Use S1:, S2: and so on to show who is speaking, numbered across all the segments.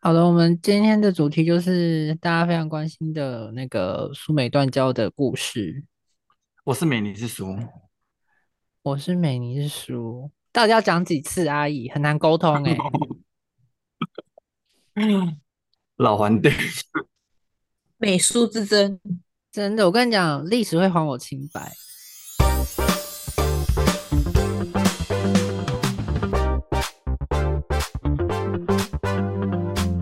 S1: 好的，我们今天的主题就是大家非常关心的那个苏美断交的故事。
S2: 我是美，你是苏。
S1: 我是美，你是叔，到底要讲几次？啊阿姨很难沟通哎、
S2: 老还对，
S3: 美苏之争，
S1: 真的，我跟你讲，历史会还我清白。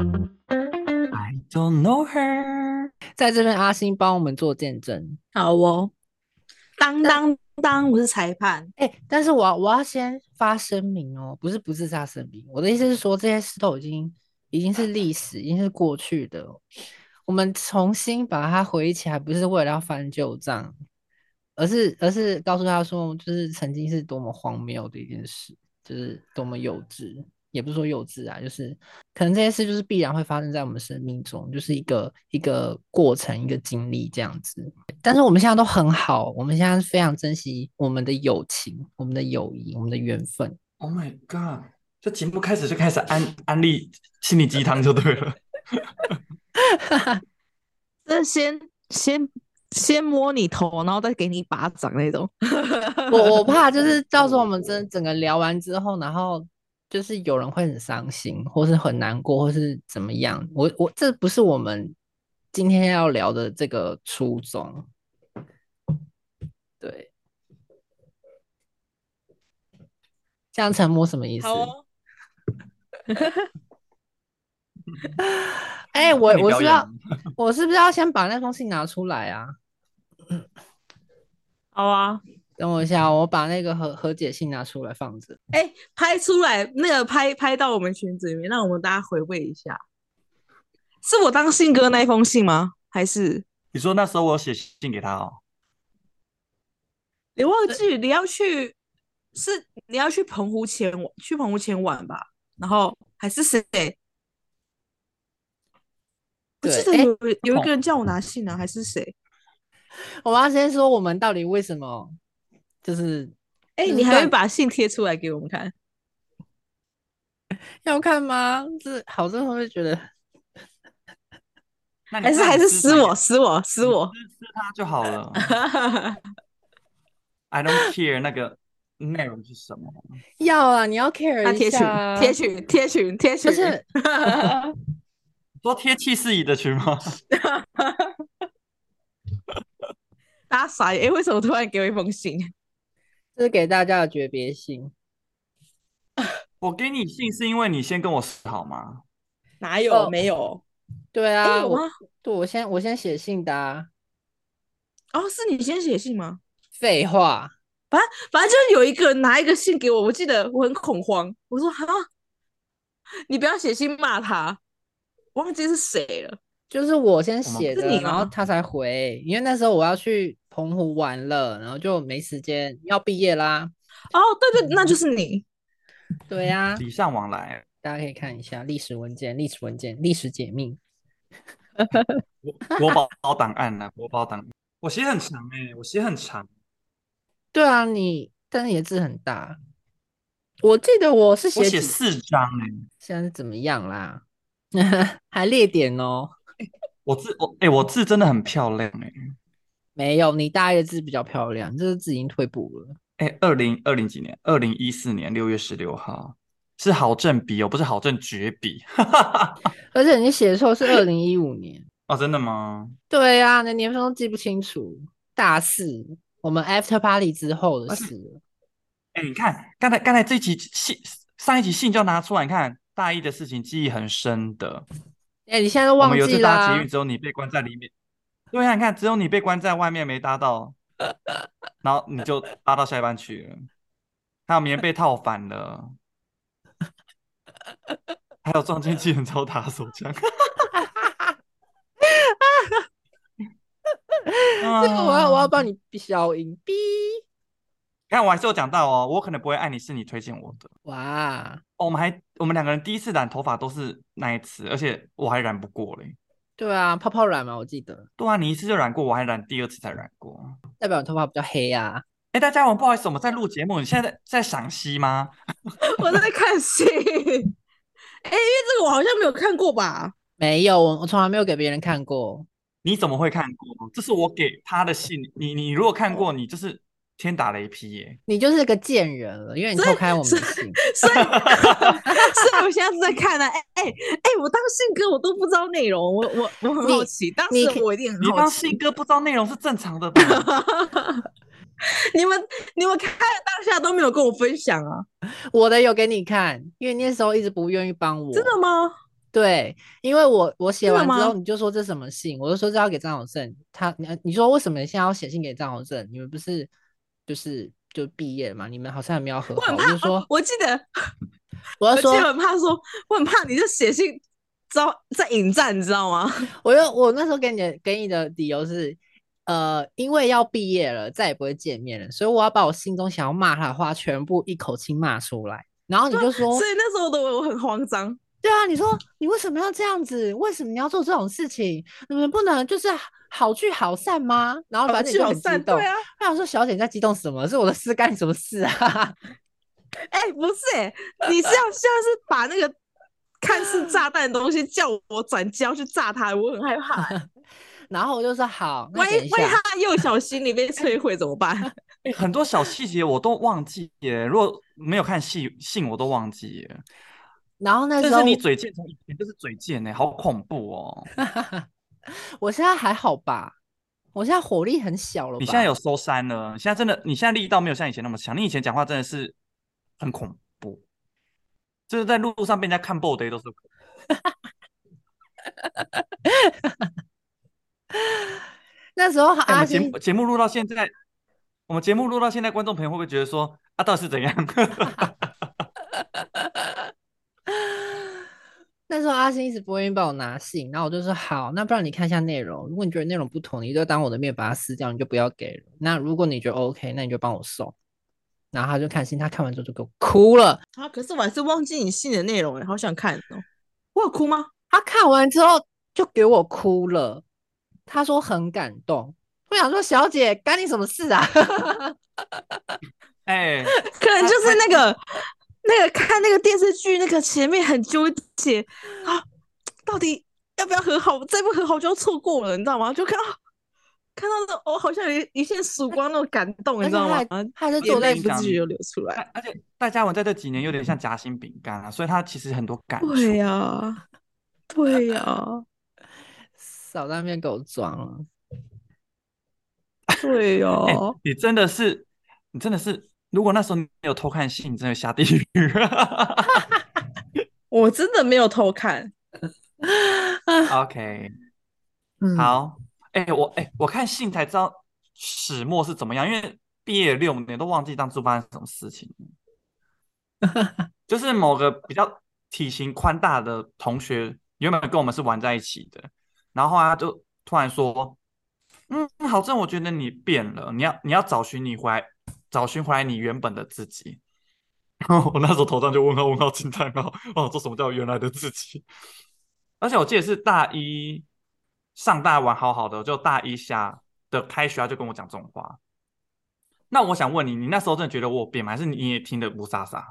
S2: I don't know her。
S1: 在这边，阿星帮我们做见证。
S3: 好哦。当当当，我是裁判。
S1: 哎、但是我要我要先发声明哦，不是不自杀声明，我的意思是说，这些事都已经已经是历史，已经是过去的哦，我们重新把它回忆起来，不是为了要翻旧账，而是而是告诉他说，就是曾经是多么荒谬的一件事，就是多么幼稚，也不是说幼稚啊，就是可能这些事就是必然会发生在我们生命中，就是一个一个过程，一个经历这样子。但是我们现在都很好，我们现在非常珍惜我们的友情、我们的友谊、我们的缘分。
S2: Oh my god！这节目开始就开始安安利心理鸡汤就对了。
S3: 这先先先摸你头，然后再给你一巴掌那种。
S1: 我我怕就是到时候我们真的整个聊完之后，然后就是有人会很伤心，或是很难过，或是怎么样。我我这不是我们今天要聊的这个初衷。对，这样沉默什么意思？
S3: 哦，
S1: 哎、我
S2: 那你
S1: 我是不
S2: 表
S1: 是
S2: 演
S1: 要我是不是要先把那封信拿出来啊？
S3: 好啊。
S1: 等我一下，我把那个和和解信拿出来放着。
S3: 哎、拍出来那个拍拍到我们群组里面，让我们大家回味一下。是我当信哥那一封信吗？还是
S2: 你说那时候我有写信给他哦，
S3: 你忘记你要去？是你要去澎湖前去澎湖前玩吧？然后还是谁？我记得
S1: 对哎
S3: 有、有一个人叫我拿信啊，还是谁？
S1: 我们要先说我们到底为什么就是
S3: 哎、
S1: 就是
S3: 你还
S1: 断
S3: 会把信贴出来给我们看？
S1: 要看吗？这好多人会觉得
S2: 那你
S3: 还是
S2: 那你
S3: 还是
S2: 哎撕
S3: 撕
S2: 他
S3: 我
S2: 也
S3: 撕我 撕我？
S2: 撕撕他就好了。I don't care 那个内容是什么。
S1: 要啊，你要 care
S3: 他贴
S1: 一
S3: 群
S1: 下啊，
S3: 贴群贴群贴群，
S1: 不 是
S2: 多贴气势宜的群吗？
S3: 大家傻眼，哎、为什么突然给我一封信？
S1: 这是给大家的诀别信。
S2: 我给你信是因为你先跟我撕好吗？
S3: 哪有、
S1: 哦
S3: 没有？
S1: 对啊，
S3: 有
S1: 我
S3: 吗？
S1: 对我先我先写信的、啊，
S3: 哦，是你先写信吗？
S1: 废话，
S3: 反正就是有一个人拿一个信给我，我记得我很恐慌，我说哈，你不要写信骂他，忘记是谁了。
S1: 就是我先
S2: 我们
S1: 写
S3: 是
S1: 的，
S3: 你
S1: 然后
S3: 吗
S1: 他才回，因为那时候我要去澎湖玩了，然后就没时间，要毕业啦。
S3: 哦，对对，那就是你。
S1: 对呀、啊，
S2: 礼尚往来。
S1: 大家可以看一下历史文件、历史文件、历史解密。
S2: 国国宝宝 档案啊，国宝档案。我写很长哎、我写很长。
S1: 对啊，你但是你的字很大，我记得我是
S2: 我
S1: 写
S2: 写
S1: 几
S2: 四张哎、
S1: 现在是怎么样啦？ 还列点哦？
S2: 我字我哎、我字真的很漂亮哎、
S1: 没有，你大一的字比较漂亮，这个字已经退步了。
S2: 欸、哎，二零二零几年，二零一四年六月十六号是好正笔哦，不是好正绝笔
S1: 而且你写的时候是二零一五年，
S2: 哦，真的吗？
S1: 对呀、啊，你年份都记不清楚。大四，我们 after party 之后的
S2: 而且
S1: 事了。
S2: 哎、你看刚才刚才这一集信上一集信就拿出来，你看大一的事情记忆很深的。
S1: 哎、你现在都
S2: 我
S1: 忘
S2: 们有
S1: 记
S2: 次
S1: 啦、
S2: 搭捷运，只有你被关在里面。对啊，你看只有你被关在外面没搭到，然后你就搭到下一班去了。还有棉被套反了，还有撞进计程车打手枪。
S1: 这个我要我要
S2: 啊
S1: 帮你消音。哔，
S2: 看，我还是有讲到哦，我可能不会爱你，是你推荐我的。
S1: 哇，
S2: 哦我们还我们两个人第一次染头发都是那一次，而且我还染不过嘞。
S1: 对啊，泡泡染嘛，我记得
S2: 对啊，你一次就染过，我还染第二次才染过。啊
S1: 代表你头发比较黑啊。
S2: 哎，大家好，不好意思，我们在录节目，你现在在在赏析吗？
S3: 我在看信。 哎、因为这个我好像没有看过吧？
S1: 没有，我我从来没有给别人看过。
S2: 你怎么会看过？这是我给他的信，你你如果看过，你就是天打雷劈耶、
S1: 你就是个贱人了，因为你
S3: 所以
S1: 偷开我们的信。
S3: 所以，所以我现在正在看呢、哎哎哎，我当信哥我都不知道内容，我我我很好
S1: 你
S3: 奇，当
S1: 你
S3: 时
S1: 可
S3: 我一定很
S2: 你
S3: 好
S2: 当
S3: 奇。
S2: 信哥不知道内容是正常的 吧？
S3: 你们你们看了当下都没有跟我分享啊？
S1: 我的有给你看，因为你那时候一直不愿意帮我。
S3: 真的吗？
S1: 对，因为我我写
S3: 真的
S1: 完之后，
S3: 吗
S1: 你就说这什么信，我就说这要给张永胜。他你你说为什么现在要写信给张永胜？你们不是就是就毕业了嘛？你们好像还没有和
S3: 我
S1: 好。
S3: 很
S1: 我
S3: 怕，
S1: 就说，
S3: 我记得
S1: 我
S3: 我
S1: 就
S3: 记得
S1: 哦说，
S3: 很怕说，我很怕你就写信招在引战，你知道吗？
S1: 我就我那时候给你的给你的理由是，呃，因为要毕业了，再也不会见面了，所以我要把我心中想要骂他的话全部一口气骂出来。然后你就说
S3: 所，以那时候的我我很慌张，
S1: 对啊，你说你为什么要这样子？为什么你要做这种事情？你们不能就是好聚好散吗？然后
S3: 好
S1: 反正你
S3: 聚
S1: 就
S3: 好
S1: 很激
S3: 散，
S1: 动
S3: 对。啊，
S1: 我想说，小姐你在激动什么？是我的事，干你什么事啊？
S3: 哎、不是、欸，你是要像是把那个看似炸弹的东西叫我转交去炸它，我很害怕欸、
S1: 然后我就说好，那
S3: 万
S1: 等一
S3: 一万一
S1: 下。
S3: 他幼小心里被摧毁怎么办？
S2: 欸很多小细节我都忘记耶，如果没有看信信我都忘记耶。
S1: 然后那
S2: 但
S1: 时候
S2: 是你嘴贱从以前就是嘴贱呢，好恐怖哦！
S1: 我现在还好吧？我现在火力很小了吧？
S2: 你现在有收山了，你现在真的，你现在力道没有像以前那么强。你以前讲话真的是很恐怖，就是在路上被人家看 b o 的都是有可能。
S1: 那时候
S2: 哎我
S1: 阿
S2: 们节
S1: 星
S2: 目节目录到现在，我们节目录到现在，观众朋友会不会觉得说啊，到底是怎样？
S1: 那时候阿星一直不愿意帮我拿信，然后我就说好，那不然你看一下内容，如果你觉得内容不同，你就当我的面把它撕掉，你就不要给了。那如果你觉得 OK，那你就帮我送。然后他就看信，他看完之后就给我哭了。
S3: 啊，可是我还是忘记你信的内容了，好想看哦。我有哭吗？
S1: 他看完之后就给我哭了，他说很感动。我想说，小姐干你什么事啊？
S2: 哎，
S3: 可能
S2: 他
S3: 就是那个那个看那个电视剧，那个前面很纠结啊，到底要不要和好？再不和好就要错过了，你知道吗？就看到啊看到那我、好像有一线曙光那种感动，你
S1: 而
S3: 知
S1: 且
S3: 道
S1: 他
S3: 吗
S1: 还？他还在
S3: 眼
S1: 坐在
S3: 泪
S2: 影
S3: 不
S2: 响
S3: 自
S2: 你
S3: 觉就流出来。
S2: 而而且戴嘉文在这几年有点像夹心饼干啊，所以他其实很多感触。
S3: 对呀、对呀、
S1: 少在那边给我装了。
S3: 对呀、
S2: 哎、你真的是，你真的是，如果那时候你有偷看信，你真的下地狱。
S3: 我真的没有偷看，
S2: OK，
S1: 嗯，
S2: 好，哎、我哎、我看信才知道始末是怎么样，因为毕业六年都忘记当初发生什么事情了。就是某个比较体型宽大的同学，原本跟我们是玩在一起的，然后后来他就突然说：“嗯，郝正，我觉得你变了，你要你要找寻你回来，找寻回来你原本的自己。” 然后我那时候头上就问号问号惊叹号，哦，这什么叫原来的自己？而且我记得是大一上大玩好好的，就大一下的开学他就跟我讲这种话。那我想问你，你那时候真的觉得我有变吗？还是你也听得不飒飒？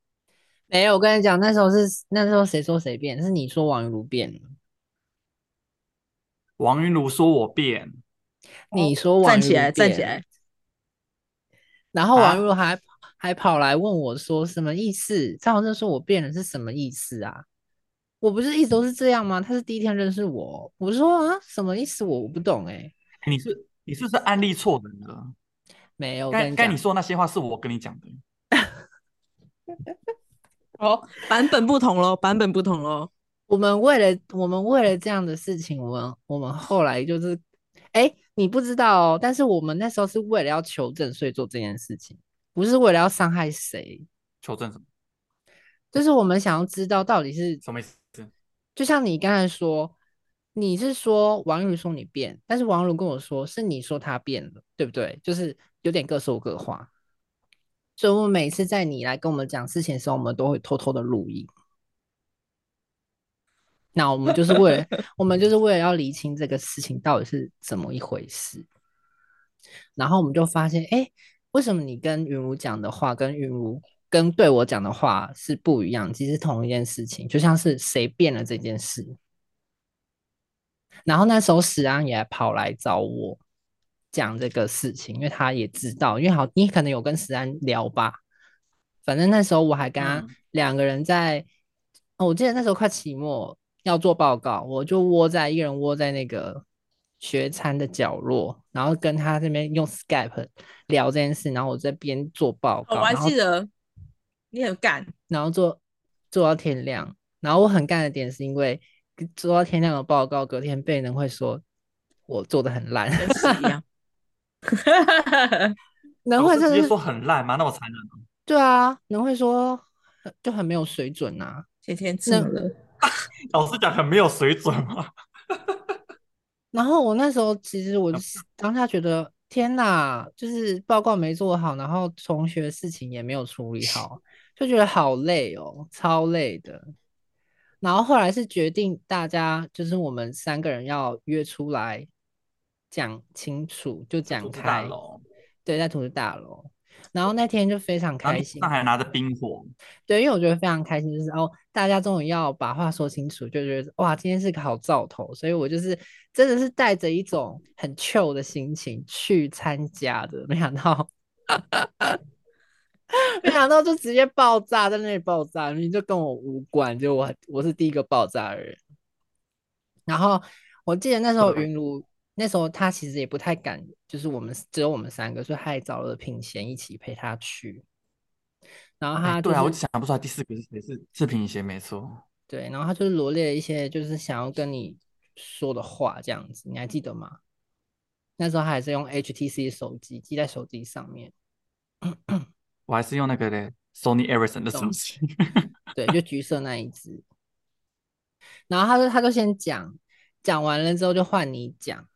S1: 没有，我跟你讲，那时候是那时候谁说谁变，是你说王云茹变了，
S2: 王云茹说我变，
S1: 你说王
S3: 哦站
S1: 云
S3: 起
S1: 茹
S3: 来，站
S1: 变
S3: 起
S1: 了
S3: 来，
S1: 然后
S2: 啊
S1: 王若还、还跑来问我说什么意思？张宏正说我变了是什么意思啊？我不是一直都是这样吗？他是第一天认识我，我说啊什么意思我？我不懂哎、
S2: 你是你是不是安利错人了？
S1: 没有，我
S2: 该
S1: 跟你
S2: 该
S1: 讲
S2: 你，说的那些话是我跟你讲的。
S3: 哦，版本不同喽，版本不同喽。
S1: 我们为了我们为了这样的事情，我们我们后来就是，哎，你不知道哦，但是我们那时候是为了要求证，所以做这件事情，不是为了要伤害谁，
S2: 求证什么？
S1: 就是我们想要知道到底是
S2: 什么意思？
S1: 就像你刚才说，你是说王宇说你变，但是王如跟我说是你说他变了，对不对？就是有点各说各话。所以我们每次在你来跟我们讲事情的时候，我们都会偷偷的录音。那我们就是为了，我们就是为了要厘清这个事情到底是怎么一回事。然后我们就发现，哎，为什么你跟云茹讲的话跟云茹跟对我讲的话是不一样，其实同一件事情，就像是谁变了这件事。然后那时候史安也跑来找我讲这个事情，因为他也知道，因为好你可能有跟史安聊吧，反正那时候我还跟他
S2: 嗯
S1: 两个人在，哦，我记得那时候快期末要做报告，我就窝在一个人窝在那个学餐的角落，然后跟他这边用 Skype 聊这件事，然后我这边做报告，
S3: 哦我还
S1: 然后
S3: 记得你很干，
S1: 然后做做到天亮。然后我很干的点是因为做到天亮的报告，隔天被人会说我做的很烂，
S3: 跟屎一样。
S1: 能
S2: 我
S1: 会
S2: 是直
S1: 真
S2: 接
S1: 的
S2: 说很烂吗？那我才能。
S1: 对啊，能会说呃就很没有水准呐、啊。
S3: 甜甜怎么
S1: 那
S3: 了？
S2: 老师讲很没有水准吗？
S1: 然后我那时候其实我
S2: 嗯
S1: 是当下觉得天哪，就是报告没做好，然后同学事情也没有处理好，就觉得好累哦，超累的。然后后来是决定大家就是我们三个人要约出来讲清楚，就讲
S2: 组织
S1: 开，
S2: 大楼，哦
S1: 对，在图书大楼。然后那天就非常
S2: 然后
S1: 开
S2: 你
S1: 心
S2: 上，还拿着冰火，
S1: 对，因为我觉得非常开心，就是哦，大家终于要把话说清楚，就觉得哇，今天是个好兆头，所以我就是真的是带着一种很 chill 的心情去参加的，没想到，没想到就直接爆炸，在那里爆炸，你就跟我无关，就我我是第一个爆炸的人。然后我记得那时候
S2: 对
S1: 云如那时候他其实也不太敢，就是我们只有我们三个，所以他也找了品贤一起陪他去。然后
S2: 哎、
S1: 他就
S2: 对
S1: 是、
S2: 啊，我想不出来第四个是谁，是是品贤，没错。
S1: 对，然后他就是罗列了一些就是想要跟你说的话，这样子，你还记得吗？那时候还是用 HTC 手机，记在手机上面，
S2: 我还是用那个嘞 Sony Ericsson 的手
S1: 懂
S2: 机。
S1: 对，就橘色那一只。然后他就他就先讲，讲完了之后就换你讲，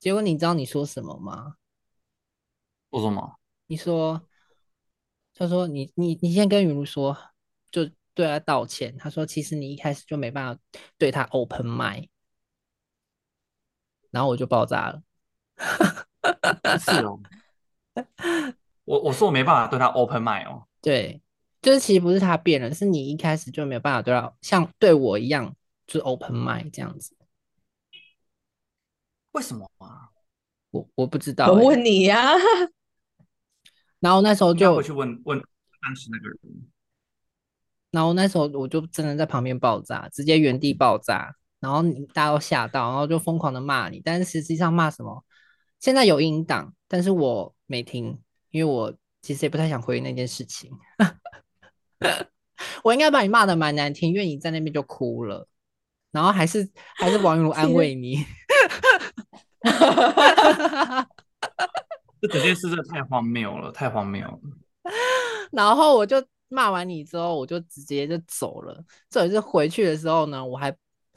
S1: 结果你知道你说什么吗？
S2: 我说什么？
S1: 你说，他说你你你先跟雨露说，就对他道歉。他说其实你一开始就没办法对他 open mind，然后我就爆炸了。
S2: 是哦，我我说我没办法对他 open mind 哦。
S1: 对，就是其实不是他变了，是你一开始就没有办法对他像对我一样，就是 open mind 这样子。
S2: 为什么啊？
S1: 我我不知道、
S3: 我
S1: 欸，
S3: 问你呀、
S1: 然后那时候
S2: 应该
S1: 就
S2: 回，去问问当时那个人。
S1: 然后那时候我就真的在旁边爆炸，直接原地爆炸，然后你大家都吓到，然后就疯狂的骂你，但是实际上骂什么，现在有音档，但是我没听，因为我其实也不太想回应那件事情。 我应该把你骂的蛮难听，因为你在那边就哭了，然后还是还是王云茹安
S3: 天
S1: 慰你。
S2: 这整件事真的太荒谬了，太荒谬了。
S1: 然后我就骂完你之后，我就直接就走了。这也是回去的时候呢，我还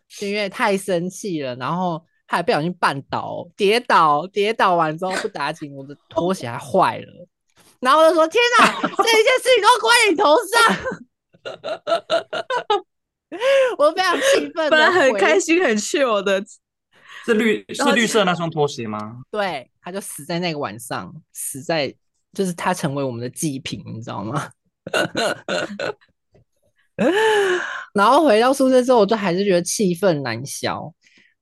S1: 是因为太生气了，然后还不小心绊倒、跌倒，跌倒完之后不打紧，我的拖鞋还坏了。然后我就说：“天哪，这一件事情都怪你头上！” 我非常气愤，
S3: 本来很开
S1: 心。
S3: 心、很 chill 的，
S2: 是绿
S3: 然后
S2: 是绿色那双拖鞋吗？
S1: 对，他就死在那个晚上，死在就是他成为我们的祭品，你知道吗？ 然后回到宿舍之后，我就还是觉得气愤难消。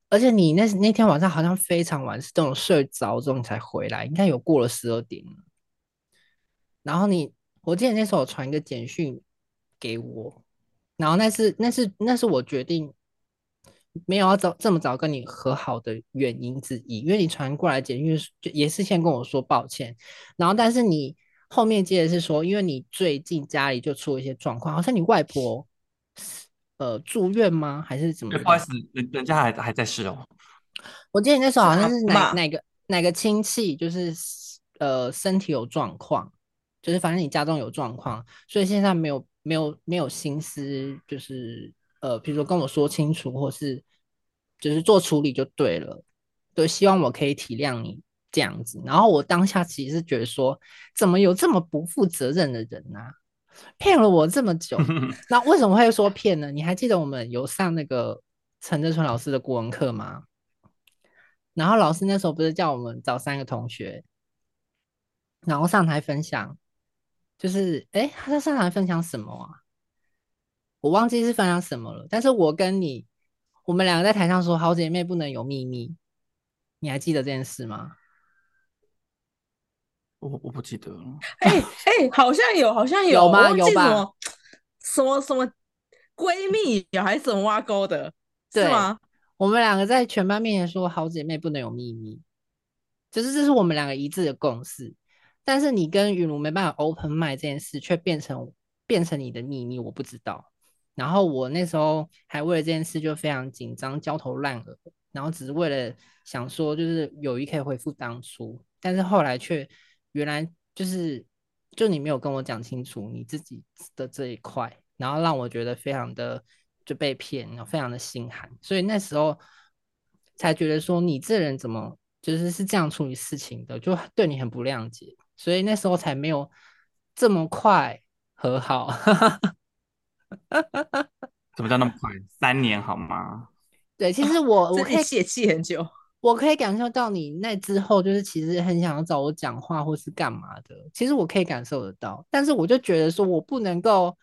S1: 而且你那那天晚上好像非常晚，是等我睡着之后你才回来，应该有过了十二点了。然后你，我记得那时候有传一个简讯给我，然后那是那是那是我决定没有要早这么早跟你和好的原因之一，因为你传过来简讯是就也是先跟我说抱歉，然后但是你后面接的是说，因为你最近家里就出了一些状况，好像你外婆呃住院吗？还是怎么
S2: 哎
S1: 样？
S2: 不好意思，人人家还还在试哦。
S1: 我记得你那时候好像
S3: 是
S1: 是
S3: 阿
S1: 哪
S3: 嬷
S1: 哪个哪个亲戚，就是呃身体有状况，就是反正你家中有状况，所以现在没有没有没有心思，就是呃，比如说跟我说清楚，或是就是做处理就对了。对，希望我可以体谅你这样子。然后我当下其实是觉得说，怎么有这么不负责任的人呢、啊骗了我这么 久，那为什么会说骗呢？你还记得我们有上那个陈振春老师的国文课吗？然后老师那时候不是叫我们找三个同学，然后上台分享就是哎，他在上台分享什么啊？我忘记是分享什么了。但是我跟你，我们两个在台上说好姐妹不能有秘密，你还记得这件事吗？
S2: 我我不记得了，
S3: 哎哎，好像有，好像
S1: 有
S3: 我
S1: 吗
S3: 忘
S1: 有
S3: 记什
S1: 吧
S3: 么什么什么闺蜜有还是什么挖沟的，是
S1: 对
S3: 吗？
S1: 我们两个在全班面前说好姐妹不能有秘密，就是这是我们两个一致的共识。但是你跟雨茹没办法 open mind 这件事，却变成变成你的秘密，我不知道。然后我那时候还为了这件事就非常紧张，焦头烂额，然后只是为了想说就是友谊可以恢复当初，但是后来却原来就是就你没有跟我讲清楚你自己的这一块，然后让我觉得非常的就被骗，然后非常的心寒，所以那时候才觉得说你这人怎么就是是这样处理事情的，就对你很不谅解，所以那时候才没有这么快和好。
S2: 怎么叫那么快？三年好吗？
S1: 对，其实我我
S3: 这
S1: 可以
S3: 一气也气很久。
S1: 我可以感受到你那之后就是其实很想要找我讲话或是干嘛的，其实我可以感受得到，但是我就觉得说我不能够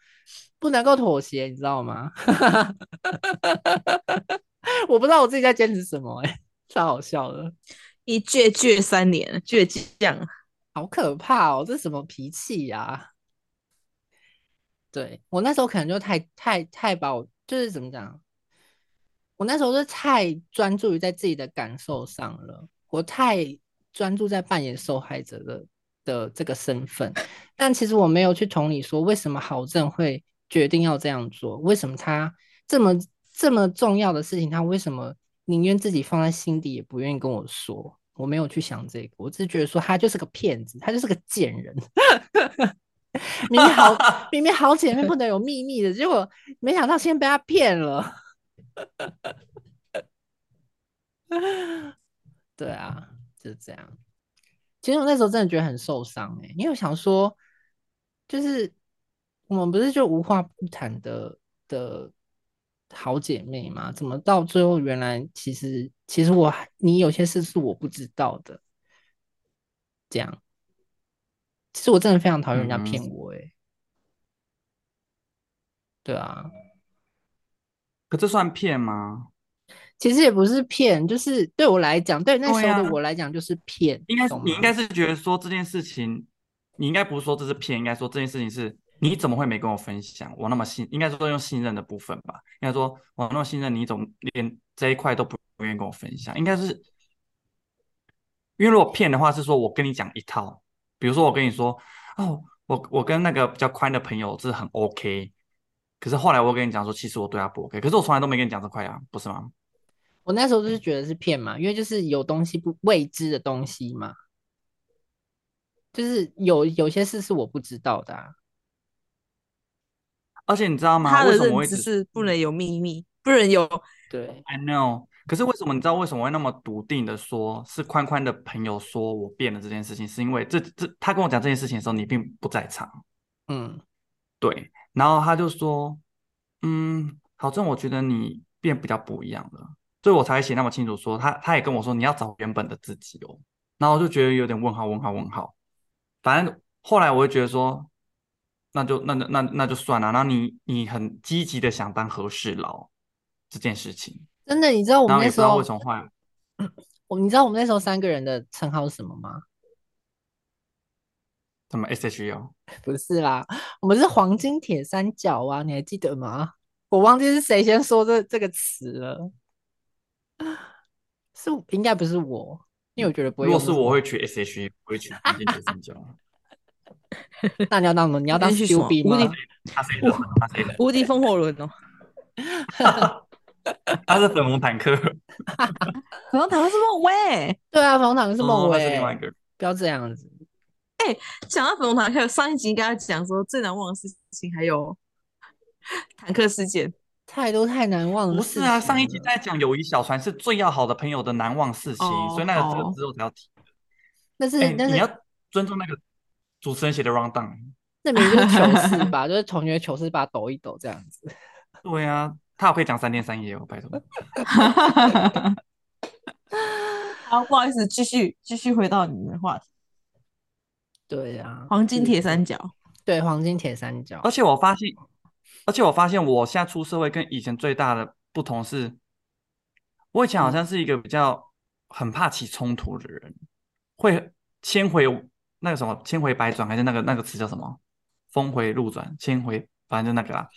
S1: 不能够妥协，你知道吗？ 我不知道我自己在坚持什么、欸， 哎，太好笑了，
S3: 一倔倔三年，倔强。
S1: 好可怕哦，这什么脾气呀、对我那时候可能就太太太把我就是怎么讲，我那时候就太专注于在自己的感受上了，我太专注在扮演受害者的的这个身份，但其实我没有去同理说为什么郝正会决定要这样做，为什么他这么这么重要的事情，他为什么宁愿自己放在心底也不愿意跟我说。我没有去想这个，我只是觉得说他就是个骗子，他就是个贱人。 明明好，明明好姐妹不能有秘密的，结果没想到先被他骗了。对啊，
S2: 嗯
S1: 就是这样。其实我那时候真的觉得很受伤哎、因为我想说，就是我们不是就无话不谈的的好姐妹嘛？怎么到最后原来其实其实我还你有些事是我不知道的，这样。其实我真的非常讨厌人家
S2: 嗯
S1: 骗我哎、对啊，
S2: 可这算骗吗？
S1: 其实也不是骗，就是对我来讲，对那
S2: 对
S1: 时候
S2: 啊
S1: 的我来讲就是骗，
S2: 应该是
S1: 懂
S2: 你
S1: 吗
S2: 应该是觉得说这件事情，你应该不是说这是骗，应该说这件事情是你怎么会没跟我分享？我那么信，应该说用信任的部分吧，应该说我那么信任你，怎么连这一块都不不愿意跟我分享？应该是因为如果骗的话，是说我跟你讲一套，比如说我跟你说哦，我我跟那个比较宽的朋友是很 OK，可是后来我跟你讲说，其实我对他不 OK，可是我从来都没跟你讲这块啊，不是吗？
S1: 我那时候就是觉得是骗嘛，因为就是有东西不未知的东西嘛，就是有有些事是我不知道的、啊。
S2: 而且你知道吗？
S3: 他
S2: 为
S3: 的
S2: 什么我
S3: 认
S2: 一
S3: 知
S2: 直
S3: 是不能有秘密，不能有
S1: 对，
S2: I know，可是为什么你知道为什么我会那么笃定的说，是宽宽的朋友说我变了这件事情，是因为这这他跟我讲这件事情的时候，你并不在场，
S1: 嗯，
S2: 对，然后他就说，嗯，好正，我觉得你变比较不一样了，所以我才会写那么清楚说，他他也跟我说你要找原本的自己哦，然后我就觉得有点问号问号问号，反正后来我就觉得说，那就那那那那就算了，然后你你很积极的想当和事佬这件事情，
S1: 真的，你哦知道我
S2: 然
S1: 们那
S2: 后也不
S1: 时
S2: 知道
S1: 候
S2: 为，什么后来。
S1: 我你知道我们那时候三个人的称号是什么吗？
S2: 什么 SHE
S1: 不是啦，我们是黄金铁三角啊，你还记得吗？我忘记是谁先说这这个词了，是应该不是我，因为我觉得不会
S2: 如
S1: 用
S2: 果
S1: 这
S2: 是
S1: 个。
S2: 我会取 SHE，不会取黄金铁三角。
S1: 那你要当什么？你要当
S3: 你是什
S1: stupid
S3: 么无敌
S1: 吗？
S2: 他是我，他是我，
S3: 无敌风火轮哦。
S2: 他是粉红坦克。
S3: 可能台湾是梦喂，
S1: 对啊，冯唐是孟
S2: 哦
S1: 伟
S2: 他是另外一个人。
S1: 不要这样子。
S3: 讲到粉红坦克，上一集跟他讲说最难忘的事情，还有 坦克事 件。
S1: 太多太难忘了。
S2: 不是啊，上一集在讲友谊小船是最要好的朋友的难忘事情，
S3: 哦
S2: 所以那个只
S3: 好
S2: 有只有只要提。
S1: 那是、
S2: 哎，
S1: 那
S2: 你
S1: 是
S2: 要尊重那个主持人写的 round down。
S1: 那明明就是糗 事吧，就是同学糗事把它抖一抖这样子。
S2: 对啊，他有可以讲三天三夜哦，拜托。
S3: 好，不好意思，继续继续回到你们的话题，
S1: 对啊，
S3: 黄金铁三角。
S1: 对，黄金铁三角
S2: 而。且我发现，而且我发现我现在出社会跟以前最大的不同是，我以前好像是一个比较很怕起冲突的人，会千回那个什么千回百转还是那个那个词叫什么峰回路转千回，反正就那个啦，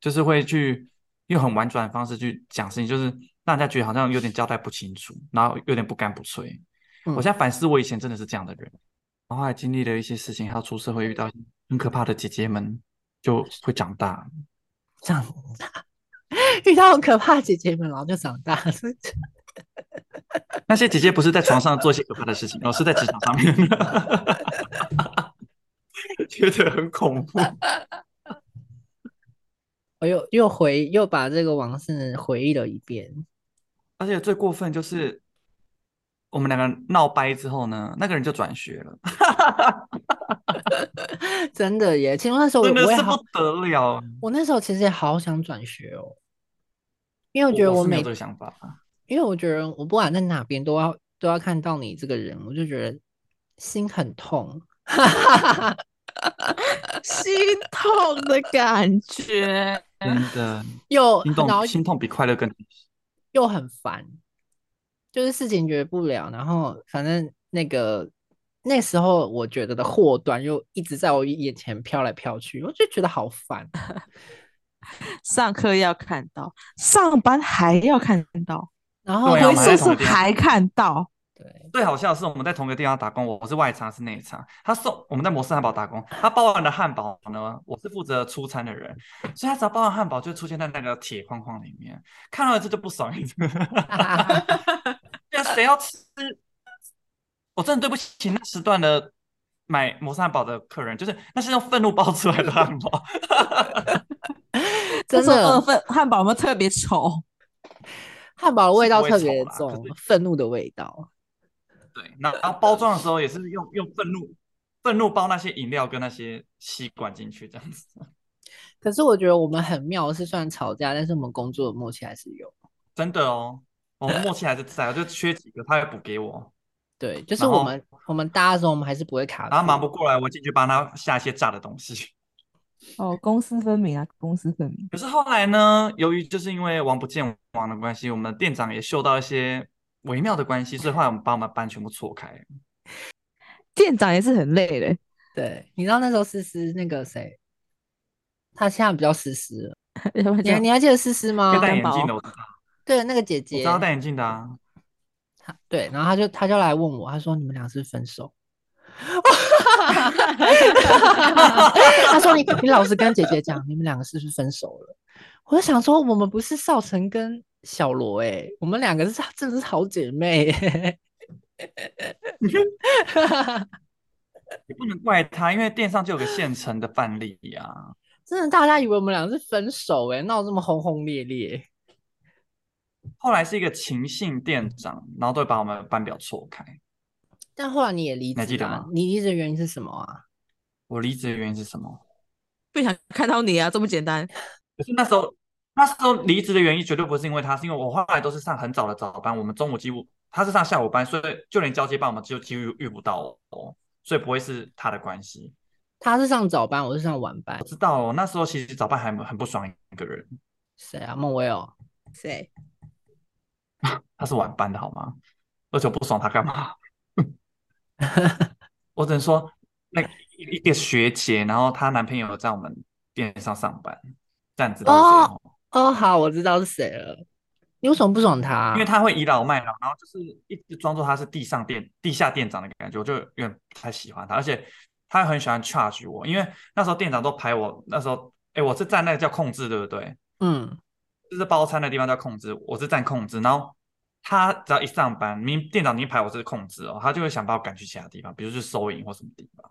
S2: 就是会去用很婉转的方式去讲事情，就是让人家觉得好像有点交代不清楚，然后有点不干不脆。
S1: 嗯
S2: 我现在反思我以前真的是这样的人，然后还经历了一些事情，还有出社会遇到很可怕的姐姐们，就会长大。
S1: 长大， 遇到很可怕的姐姐们，然后就长大了。
S2: 那些姐姐不是在床上做一些可怕的事情，而是在职场上面， 觉得很恐怖。
S1: 我又又回又把这个往事回忆了一遍。
S2: 而且最过分就是，我们两个人闹掰之后呢，那个人就转学了，
S1: 真的耶！其实那时候我
S2: 真的
S1: 哦我也
S2: 是
S1: 好
S2: 不，得了。
S1: 我那时候其实也好想转学哦，因为
S2: 我
S1: 我觉得
S2: 我是没
S1: 每
S2: 有这个想法，
S1: 因为我觉得我不管在哪边都要都要看到你这个人，我就觉得心很痛。
S3: 心痛的感觉。
S2: 真的
S1: 又
S2: 心
S1: 嗯然后
S2: 痛，心痛比快乐更真实。
S1: 又很烦，就是事情解决不了，然后反正那个那时候我觉得的祸端又一直在我眼前飘来飘去，我就觉得好烦。
S3: 上课要看到，上班还要看到，
S1: 然后
S2: 对啊
S3: 回
S2: 我们还
S3: 宿
S2: 在同一个
S3: 舍
S2: 地方
S3: 还看到。
S1: 对，
S2: 最好笑的是，我们在同个地方打工，我是外场，是内场。他送我们在摩斯汉堡打工，他包完的汉堡呢，我是负责出餐的人，所以他只要包完汉堡，就出现在那个铁框框里面。看到一次就不爽一次，对啊，谁要吃？我真的对不起那时段的买摩斯汉堡的客人，就是那是用愤怒包出来的汉堡，
S1: 真
S3: 那时候二
S1: 的
S3: 份汉堡有没有特别丑？
S1: 汉堡的味
S2: 是不
S1: 道
S2: 会
S1: 特
S2: 丑
S1: 别
S2: 啦可
S1: 重
S2: 是，
S1: 愤怒的味道。
S2: 对，那然后包装的时候也是用用愤怒愤怒包那些饮料跟那些吸管进去这样子。
S1: 可是我觉得我们很妙的是，虽然吵架，但是我们工作的默契还是有。
S2: 真的哦，我们默契还是在，我就缺几个，他也补给我。
S1: 对，就是
S2: 然
S1: 我
S2: 后
S1: 们我们搭的时候，我们还是不会卡
S2: 然后
S1: 住
S2: 忙不过来，我进去帮他下一些炸的东西。
S3: 哦，公私分明啊，公私分明。
S2: 可是后来呢，由于就是因为王不见王的关系，我们店长也嗅到一些微妙的关系，所以后来我们把我们班全部错开。
S3: 店长也是很累的，
S1: 对，你知道那时候思思那个谁，她现在比较思思了，
S3: 要不然
S1: 你还
S3: 就
S1: 你还记得思思吗
S2: 要？戴
S3: 汉
S2: 眼镜
S3: 堡
S2: 的，我知道，
S1: 对，那个哦姐
S2: 我
S1: 姐
S2: 知，道戴眼镜的啊。
S1: 她对，然后她就她就来问我，她说你们俩是不是分手？ 她说你你老实跟姐姐讲，你们两个是不是分手了？我就想说，我们不是少成跟小罗哎、我们两个是真的是好姐妹、 欸。
S2: 也不能怪他，因为店上就有个现成的范例啊。
S1: 真的，大家以为我们俩是分手哎、闹这么轰轰烈烈。
S2: 后来是一个情信店长，然后都会把我们班表错开。
S1: 但后来你也离
S2: 你还
S1: 职
S2: 记得
S1: 啊
S2: 吗？
S1: 你离职的原因是什么啊？
S2: 我离职的原因是什么？
S3: 不想看到你啊，这么简单。
S2: 可是那时候，那时候离职的原因绝对不是因为他，是因为我后来都是上很早的早班，我们中午几乎他是上下午班，所以就连交接班我们就几乎遇不到哦，所以不会是他的关系。
S1: 他是上早班，我是上晚班
S2: 我。知道哦，那时候其实早班还很不爽一个人，
S1: 谁啊？孟威哦，
S3: 谁？
S2: 他是晚班的好吗？而且我不爽他干嘛？ 我只能说，那一个学姐，然后她男朋友在我们店上上班，这样知道是谁
S1: 哦
S2: 哦
S1: 哦，好，我知道是谁了。你为什么不爽他、啊
S2: 因为他会倚老卖老，然后就是一直装作他是地上店地下店长的感觉，我就有点不太喜欢他，而且他很喜欢 charge 我，因为那时候店长都排我，那时候哎我是站那个叫控制对不对？
S1: 嗯，
S2: 就是包餐的地方叫控制，我是站控制，然后他只要一上班，明店长明排我是控制哦，他就会想把我赶去其他地方，比如去收银或什么地方，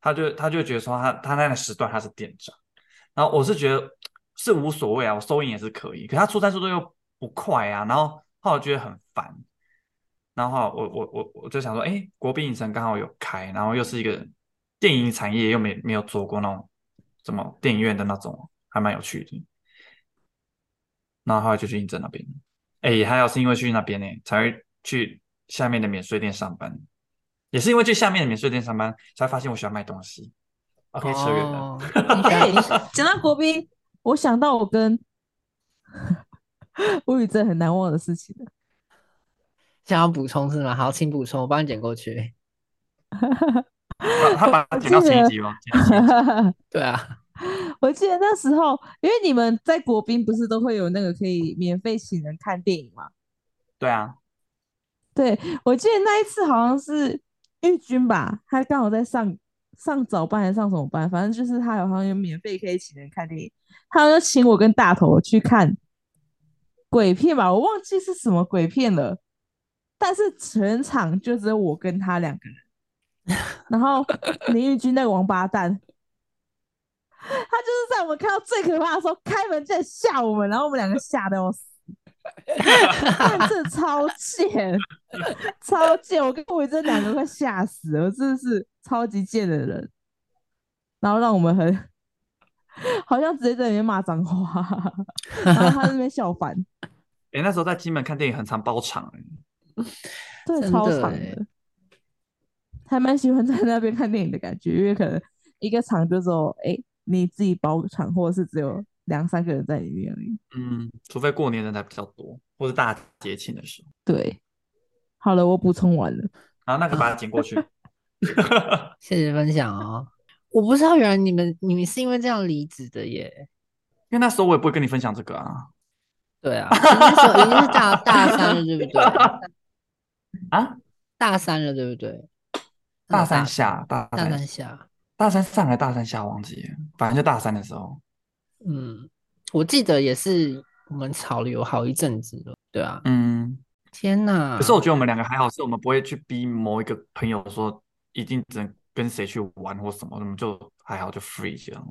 S2: 他就他就觉得说他他那个时段他是店长，然后我是觉得是无所谓啊，我收银也是可以，可他出餐速度又不快啊，然后后来我觉得很烦，然后后来我我我我就想说，哎，国宾影城刚好有开，然后又是一个电影产业又没没有做过那种什么电影院的那种，还蛮有趣的。然后后来就去应征那边。哎、还好是因为去那边呢、才会去下面的免税店上班。也是因为去下面的免税店上班，才发现我喜欢卖东西。 OK，扯远了。
S1: 哦 你喜欢
S4: 讲到国宾，
S3: 我想到我跟 吴宇正很难忘的事情了。
S1: 想要补充是吗？好，请补充，我帮你剪过去。
S2: 他他把它
S1: 哦
S3: 我
S2: 剪到
S3: 记
S2: 前一
S3: 得
S2: 集吗？剪到前一集
S1: 对啊，
S3: 我记得那时候，因为你们在国宾不是都会有那个可以免费请人看电影嘛？
S2: 对啊，
S3: 对，我记得那一次好像是玉君吧，他刚好在上上早班还是上什么班，反正就是他有好像有免费可以请人看电影，他就请我跟大头去看鬼片吧，我忘记是什么鬼片了，但是全场就只有我跟他两个人，然后林玉君那个王八蛋。他就是在我们看到最可怕的时候开门进来吓我们，然后我们两个吓得要死，看这超贱。超贱！我跟我这两个快吓死了，我真的是超级贱的人，然后让我们很好像直接在里面骂脏话，然后他在那边笑翻，
S2: 哎，那时候在金门看电影很常包场，欸
S3: 真的
S1: 真
S3: 超
S1: 的
S3: 长
S1: 欸
S3: 的，还蛮喜欢在那边看电影的感觉，因为可能一个场就只有哎、诶你自己包场，或者是只有两三个人在里面而已。
S2: 嗯，除非过年人才比较多，或是大节庆的时候，
S3: 对，好了，我补充完了。
S2: 然后那个把它剪过去。
S1: 谢谢分享哦。我不知道，原来你们你们是因为这样离职的耶？
S2: 因为那时候我也不会跟你分享这个啊
S1: 对啊，你那时候已经是大大三了，对不对？
S2: 啊！
S1: 大三了，对不对？
S2: 大三下，大
S1: 大
S2: 三
S1: 三下，
S2: 大三上还大三下忘记了，反正就大三的时候，
S1: 嗯，我记得也是我们吵了有好一阵子了，对啊。
S2: 嗯。
S1: 天哪！
S2: 可是我觉得我们两个还好，是我们不会去逼某一个朋友说一定只能跟谁去玩或什么，我们就还好，就 free 这样。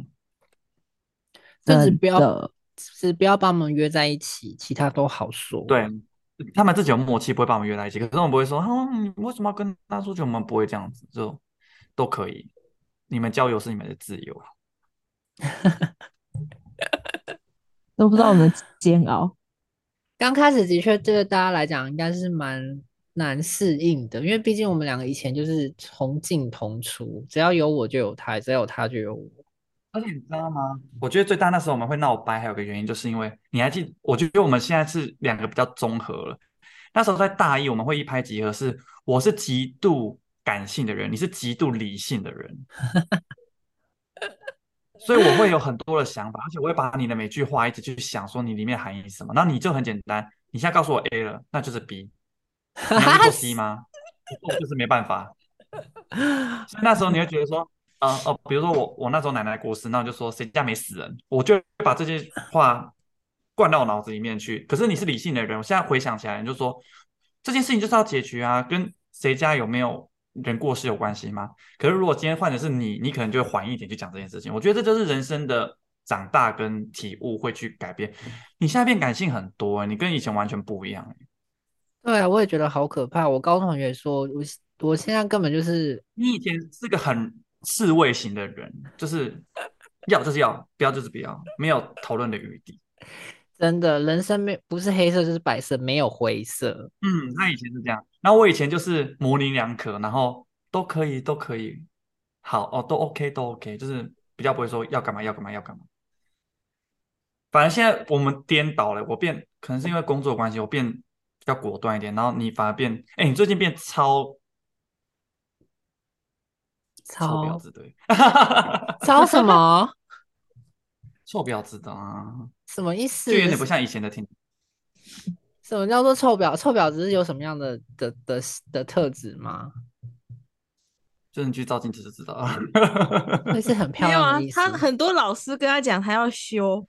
S1: 就是
S3: 真
S1: 不要
S3: 的，
S1: 是不要把我们约在一起，其他都好说。
S2: 对，他们自己有默契，不会把我们约在一起。可是我们不会说，嗯，你为什么要跟他出去？我们不会这样子，就都可以。你们交友是你们的自由。
S3: 都不知道我们的煎熬。
S1: 刚开始的确对大家来讲应该是蛮难适应的，因为毕竟我们两个以前就是同进同出，只要有我就有他，只要有他就有我。
S2: 而且你知道吗？我觉得最大那时候我们会闹掰，还有个原因就是因为你还记，我觉得我们现在是两个比较综合了。那时候在大一，我们会一拍即合是，我是极度感性的人，你是极度理性的 人，所以我会有很多的想法，而且我会把你的每句话一直去想，说你里面含义是什么。那你就很简单，你现在告诉我 A 了，那就是 B，你能做 C 吗？我做就是没办法。所以那时候你会觉得说，嗯哦，比如说我我那时候奶奶过世，那我就说谁家没死人，我就会把这些话灌到我脑子里面去。可是你是理性的人，我现在回想起来，你就说这件事情就是要解决啊，跟谁家有没有人过世有关系吗？可是如果今天换的是你，你可能就会缓一点去讲这件事情。我觉得这就是人生的长大跟体悟会去改变。你现在变感性很多、你跟以前完全不一样、
S1: 对啊，我也觉得好可怕。我高中同学说，我我现在根本就是
S2: 你以前是个很刺猬型的人，就是要就是要，不要就是不要，没有讨论的余地。
S1: 真的人生没不是黑色就是白色，没有灰色。
S2: 嗯，他以前是这样，然后我以前就是模棱两可，然后都可以，都可以，好哦，都 OK，都 OK，就是比较不会说要干嘛要干嘛要干嘛。反正现在我们颠倒了，我变可能是因为工作关系，我变比较果断一点，然后你反而变，哎，你最近变超臭婊
S1: 超
S2: 子，对，
S1: 超什么
S2: 臭婊子的啊，
S1: 什么意思？
S2: 就有点不像以前的听。
S1: 什么叫做臭婊？臭婊子是有什么样的的的的特质吗？
S2: 就是你去照镜子就知 道了。
S1: 会是很漂
S4: 没有
S1: 亮
S4: 啊
S1: 的意，思？
S4: 他很多老师跟他讲，他要修，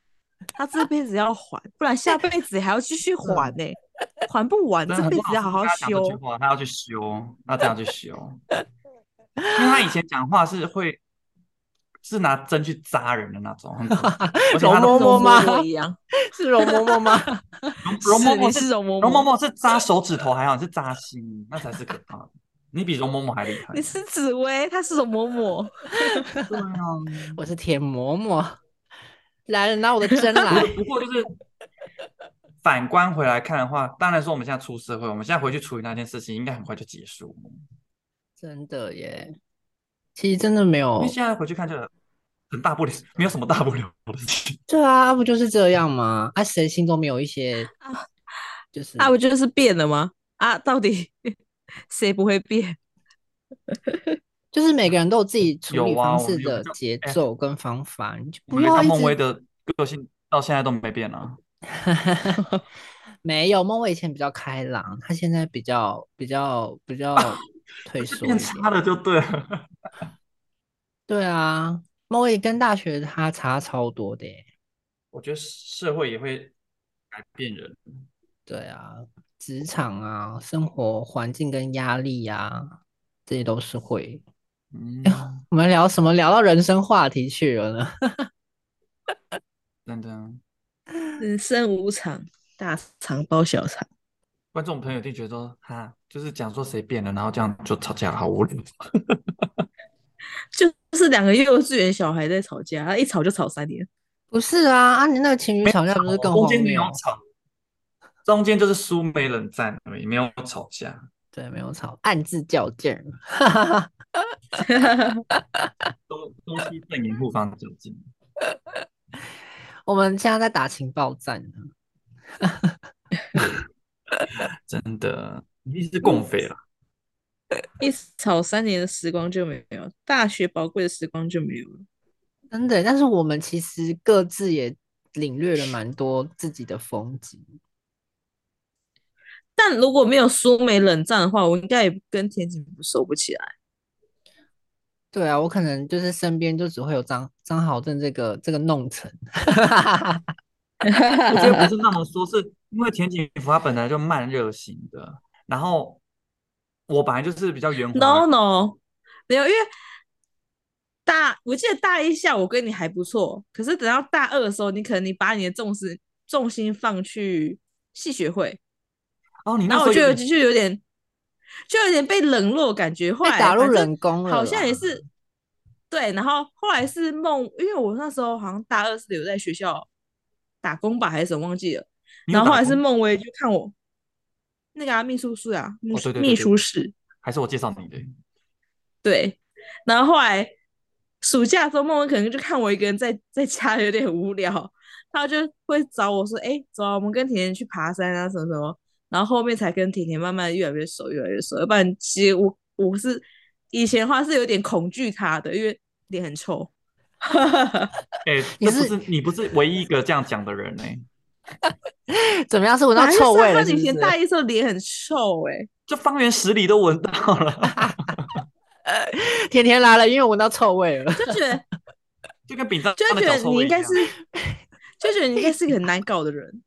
S4: 他这辈子要 还，不然下辈子还要继续还
S1: 嗯
S4: 呢、还不完，
S2: 真
S4: 这
S2: 的很
S4: 辈
S2: 多
S4: 子要好
S2: 老
S4: 好
S2: 师跟他讲这句
S4: 修。
S2: 话，他要去修，他这样去修。因为他以前讲话是会是拿针去扎人的那种，很可怕而且 他
S1: 容嬷
S2: 的
S1: 嬷吗
S4: 跟我一样，
S1: 是容嬷嬷吗？
S2: 容嬷
S4: 你
S2: 嬷
S4: 是
S2: 是
S4: 容嬷
S2: 容嬷
S4: 嬷，
S2: 嬷是扎手指头还好，你是扎心，那才是可怕的。你比容嬷嬷还厉害。
S4: 你是紫薇，他是容嬷嬷。
S2: 对啊，
S1: 我是铁嬷嬷，来了拿我的针 来。
S2: 不过就是反观回来看的话，当然说我们现在出社会，我们现在回去处理那件事情，应该很快就结束。
S1: 真的耶，其实真的没
S2: 因
S1: 有
S2: 哦为，现在回去看就很大不了， 没有什么大不了的事情。
S1: 对啊，啊不就是这样吗？啊，谁心中没有一 些
S3: 啊
S1: 就是
S3: 啊，不就是变了吗？啊，到底谁不会变？
S1: 就是每个人都有自己处
S2: 有
S1: 理
S2: 啊
S1: 方
S2: 我
S1: 式
S2: 们有
S1: 的
S2: 就
S1: 节
S2: 哎
S1: 奏跟方法，你就
S2: 我
S1: 不啊
S2: 没
S1: 要
S2: 看
S1: 一
S2: 孟
S1: 直
S2: 薇的个性到现在都没变啊，
S1: 没有，孟伟以前比较开朗，他现在比较比较比 较退缩一
S2: 变
S1: 点。
S2: 差了就对了。
S1: 对啊，孟伟跟大学他差超多的耶。
S2: 我觉得社会也会改变人，
S1: 对啊，职场啊，生活环境跟压力啊，这些都是会。
S2: 嗯，
S1: 我们聊什么？聊到人生话题去了呢？
S2: 等等，
S3: 人生无常，大肠包小肠。
S2: 观众朋友就觉得说，哈，就是讲说谁变了，然后这样就吵架，好无聊。
S3: 就是两个幼稚园小孩在吵架，啊一吵就吵三年。
S1: 不是啊，啊，你那个情侣吵架不是更
S2: 中
S1: 荒
S2: 间没
S1: 谬
S2: 有？吵，中间就是输没冷战而已，没有吵架。
S1: 对，没有吵，暗自较劲儿。
S2: 东东西阵营互方较劲，
S1: 我们现在在打情报战呢。
S2: 真的一定是共匪了。啊
S3: 一吵三年的时光就没有，大学宝贵的时光就没有了。
S1: 真的，但是我们其实各自也领略了蛮多自己的风景。
S3: 但如果没有苏美冷战的话，我应该也跟田景不熟不起来。
S1: 对啊，我可能就是身边就只会有张张好正这个这个弄臣，
S2: 我觉得不是那么说，是因为田景福他本来就慢热型的，然后我本来就是比较圆滑的
S3: no no，没有，因为大我记得大一下我跟你还不错，可是等到大二的时候，你可能你把你的重视重心放去戏学会，
S2: 哦，你那时
S3: 然后
S2: 候
S3: 我就
S2: 有点
S3: 有就有点就有点被冷落的感觉，后
S1: 被
S3: 来
S1: 打入
S3: 反正
S1: 冷宫了啦。
S3: 好像也是对，然后后来是梦，因为我那时候好像大二是留在学校打工吧，还是什么忘记了。
S2: 你有
S3: 然后后
S2: 打
S3: 来是
S2: 工
S3: 梦薇就看我那个、啊、秘书室啊，秘
S2: 哦
S3: 书
S2: 对对对对
S3: 秘书室
S2: 还是我介绍你的，
S3: 对。然后后来暑假的时候，梦薇可能就看我一个人在在家有点无聊，她就会找我说：“哎，走啊，我们跟甜甜去爬山啊，什么什么。”然后后面才跟甜甜慢慢越来越熟，越来越熟。要不然其实我我是以前的话是有点恐惧她的，因为脸很臭。
S2: 哎、
S1: 你
S2: 这不
S1: 是
S2: 是你不是唯一一个这样讲的人呢、
S1: 怎么样？是闻到
S3: 哪是
S1: 臭味
S3: 上
S1: 了，
S3: 课
S1: 是不
S3: 以前大
S1: 是？
S3: 一时候脸很臭哎、
S2: 就方圆十里都闻到了，
S1: 甜甜来了，因为我闻到臭味了。
S3: 就觉得
S2: 就跟饼干
S3: 就
S2: 的
S3: 觉
S2: 脚
S3: 得
S2: 臭
S3: 你
S2: 味
S3: 应
S2: 一
S3: 该
S2: 样
S3: 是。，就觉得你应该是一个很难搞的人。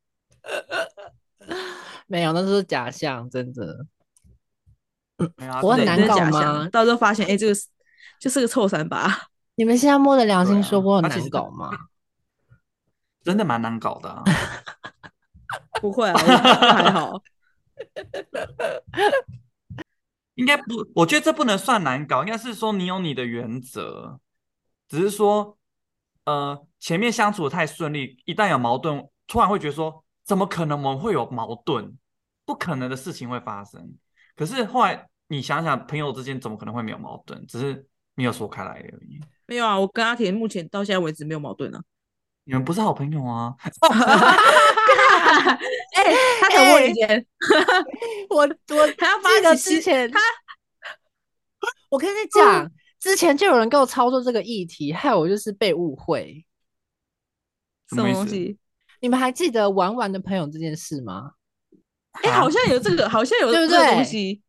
S1: 没有，那都是假象，真的。
S2: 没有啊
S1: 我很
S2: 这
S3: 对，
S1: 难
S3: 这是
S1: 搞
S3: 假
S1: 吗
S3: 象。到时候发现，哎、这个是就是个臭三八。
S1: 你们现在摸着良
S2: 对
S1: 心
S2: 啊
S1: 说我很
S2: 而且
S1: 难
S2: 是
S1: 搞吗？
S2: 真的蛮难搞的、啊。
S3: 不会啊，我觉得还好。
S2: 应该不，我觉得这不能算难搞，应该是说你有你的原则，只是说，呃，前面相处的太顺利，一旦有矛盾，突然会觉得说，怎么可能我们会有矛盾？不可能的事情会发生。可是后来你想想，朋友之间怎么可能会没有矛盾？只是没有说开来而已。
S3: 没有啊，我跟阿田目前到现在为止没有矛盾啊。
S2: 你们不是好朋友啊？
S3: 哎、 他等我以前，
S1: 我我
S3: 还要把
S1: 记得
S3: 你
S1: 之
S3: 吸
S1: 前他，嗯我跟你讲，之前就有人跟我操作这个议题，害我就是被误会。
S3: 什
S2: 什么
S3: 么
S2: 意
S3: 东
S2: 思
S3: 西？
S1: 你们还记得玩玩的朋友这件事吗？
S3: 哎、
S2: 啊
S3: 好像有这个，好像有
S1: 对
S3: 这
S1: 不
S3: 个
S1: 对
S3: 东西。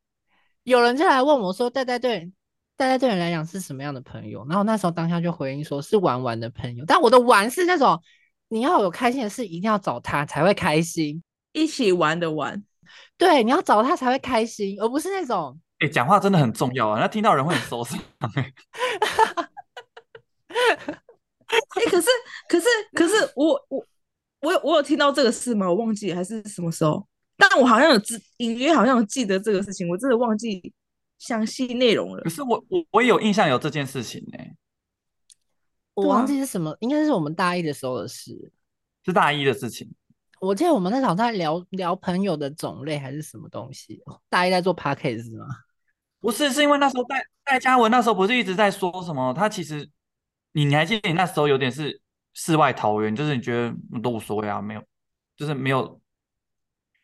S1: 有人就来问我说：“戴戴对，戴戴对你来讲是什么样的朋友？”然后那时候当下就回应说：“是玩玩的朋友。”但我的玩是那种你要有开心的事，一定要找他才会开心。
S3: 一起玩的玩，
S1: 对，你要找他才会开心，而不是那种
S2: 哎、讲话真的很重要啊，那听到人会很受伤、欸。
S3: 哎、可是可是可是我我我有我有听到这个事吗？我忘记了还是什么时候，但我好像有记，隐约好像有记得这个事情，我真的忘记详细内容了
S2: 可。是我我我也有印象有这件事情欸呢、
S1: 我
S3: 对
S1: 忘
S3: 啊
S1: 记是什么，应该是我们大一的时候的事。
S2: 是大一的事情。
S1: 我记得我们那场在聊聊朋友的种类还是什么东西，大一在做 p a c k a g e 吗？
S2: 不是，是因为那时候戴戴嘉文那时候不是一直在说什么？他其实你你还记得你那时候有点是世外桃源，就是你觉得嗯都无所谓啊，没有，就是没有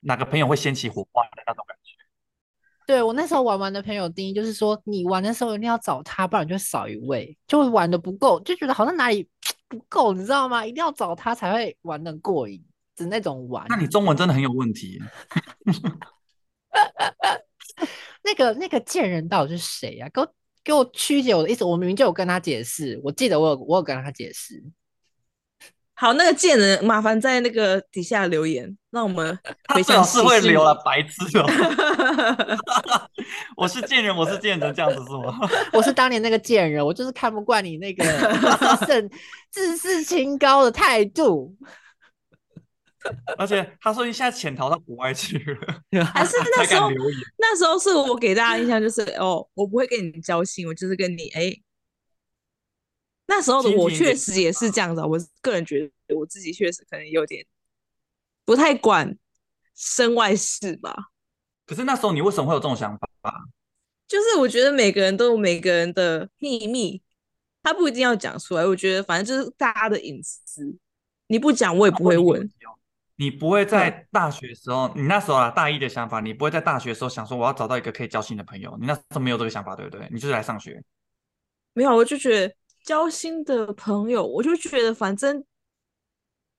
S2: 哪个朋友会掀起火花的那种感觉。
S1: 对我那时候玩完的朋友定义就是说，你玩的时候一定要找他，不然就少一位，就会玩的不够，就觉得好像哪里不够，你知道吗？一定要找他才会玩的过瘾，只那种玩。
S2: 那你中文真的很有问题耶，
S1: 那个那个贱人到底是谁呀、给我给我曲解我的意思，我明明就有跟他解释，我记得我有我有跟他解释。
S3: 好，那个贱人，麻烦在那个底下留言，让我们
S2: 他
S3: 回
S2: 最
S3: 想
S2: 好是会留了
S3: 了。
S2: 白痴哦。 我是贱人，我是贱人，这样子是吗？
S1: 我是当年那个贱人，我就是看不惯你那个自 视自视清高的态度。
S2: 而且他说一下潜逃到国外去了，
S3: 还啊是那
S2: 才
S3: 时候
S2: 敢，留言。
S3: 那时候是我给大家印象就是，哦，我不会跟你交心，我就是跟你哎、那时候的
S2: 蜻蜓
S3: 我
S2: 点
S3: 确实也是这样子啊，我个人觉得我自己确实可能有点不太管身外事吧。
S2: 可是那时候你为什么会有这种想法？
S3: 就是我觉得每个人都有每个人的秘密，他不一定要讲出来。我觉得反正就是大家的隐私，哦你不讲我也不会问。嗯
S2: 你不会在大学时候，你那时候啊大一的想法，你不会在大学时候想说我要找到一个可以交心的朋友，你那时候没有这个想法，对不对？你就是来上学，
S3: 没有，我就觉得交心的朋友，我就觉得反正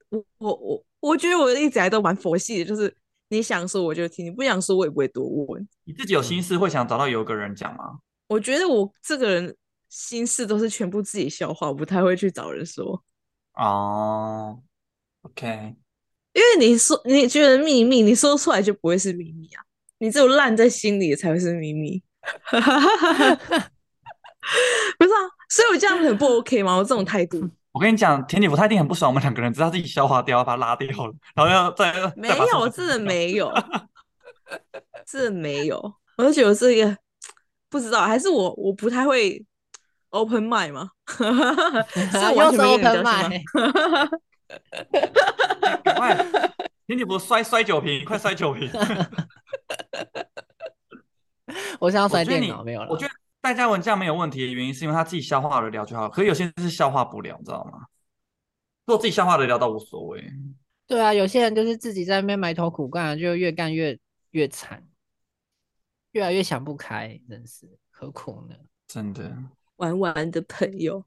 S3: 我我我我觉得我一直以来都蛮佛系的，就是你想说我就听，你不想说我也不会多问。
S2: 你自己有
S3: 嗯
S2: 心事会想找到有一个人讲吗？
S3: 我觉得我这个人心事都是全部自己消化，我不太会去找人说。
S2: 哦，OK，
S3: 因为你说你觉得秘密，你说出来就不会是秘密啊，你只有烂在心里才会是秘密。 不是啊，所以我这样很不 OK 吗？我这种态度
S2: 我跟你讲，田姐夫他一定很不爽我们两个人，只是他自己消化掉，把他拉掉了，然后要再
S3: 没
S2: 再把
S3: 有，
S2: 事
S3: 我
S2: 情
S3: 真的
S2: 讲
S3: 没 有，真的没有。我就觉得我是一个不知道，还是我我不太会 open mind 吗？ 是我完
S1: 又是
S3: 全没跟
S1: open
S3: 人讲
S1: m
S3: 是吗
S2: 赶快，田姐夫摔摔酒瓶，快摔酒瓶！
S1: 我想要
S2: 我
S1: 摔
S2: 觉得
S1: 电
S2: 你
S1: 脑，没有了。
S2: 我觉得戴嘉文这样没有问题的原因，是因为他自己消化得了就好。可是有些人是消化不了，你知道吗？如果自己消化得了，倒无所谓。
S1: 对啊，有些人就是自己在那边埋头苦干，就越干越越惨，越来越想不开，真是何苦呢？
S2: 真 的，
S3: 玩玩的朋友，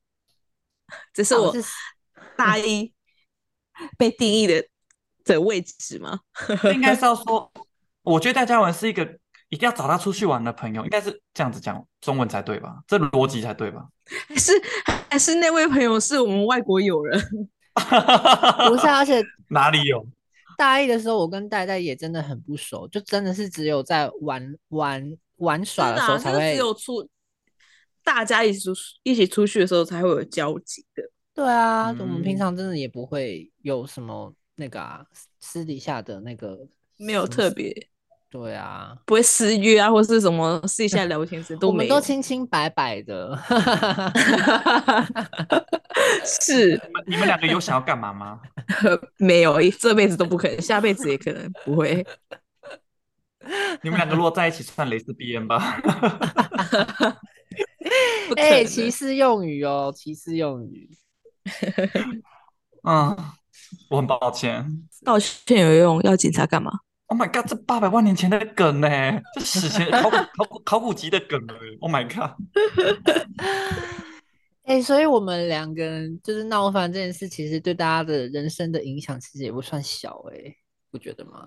S3: 这是
S1: 到底哦
S3: 我
S1: 啊是
S3: 大一被定义的的位置吗？
S2: 应该是要说，我觉得戴嘉文是一个一定要找他出去玩的朋友，应该是这样子讲中文才对吧？这逻辑才对吧？
S3: 还是还是那位朋友是我们外国友人？
S1: 不是啊、 而且
S2: 哪里有？
S1: 大一的时候，我跟戴戴也真的很不熟，就真的是只有在玩玩玩耍
S3: 真
S1: 的
S3: 的
S1: 时候
S3: 啊，
S1: 才
S3: 就是
S1: 会
S3: 只。有出大家一起出一起出去的时候才会有交集的。
S1: 对啊，我们平
S2: 嗯
S1: 常真的也不会有什么那个啊，私私底下的那个
S3: 没有
S1: 什么
S3: 特
S1: 事。
S3: 别，
S1: 对啊，
S3: 不会私约啊，或 是什么私底下聊天时
S1: 我
S3: 都没
S1: 们
S3: 有。
S1: 都清清白白的。
S3: 是
S2: 你们你们两个有想要干嘛吗？
S3: 没有，这辈子都不可能，下辈子也可能不会。
S2: 你们两个如果在一起算蕾丝边吧。
S3: 不 可
S1: 哎、
S3: 能
S1: 歧视用语哦，歧视用语。
S2: 嗯，我很抱歉。
S3: 道歉有用，要警察干嘛？
S2: Oh my god，这八百万年前的梗呢、这史前考 古考古考古级的梗了、Oh my god，
S1: 哎、所以我们两个人就是闹翻这件事，其实对大家的人生的影响其实也不算小、哎，不觉得吗？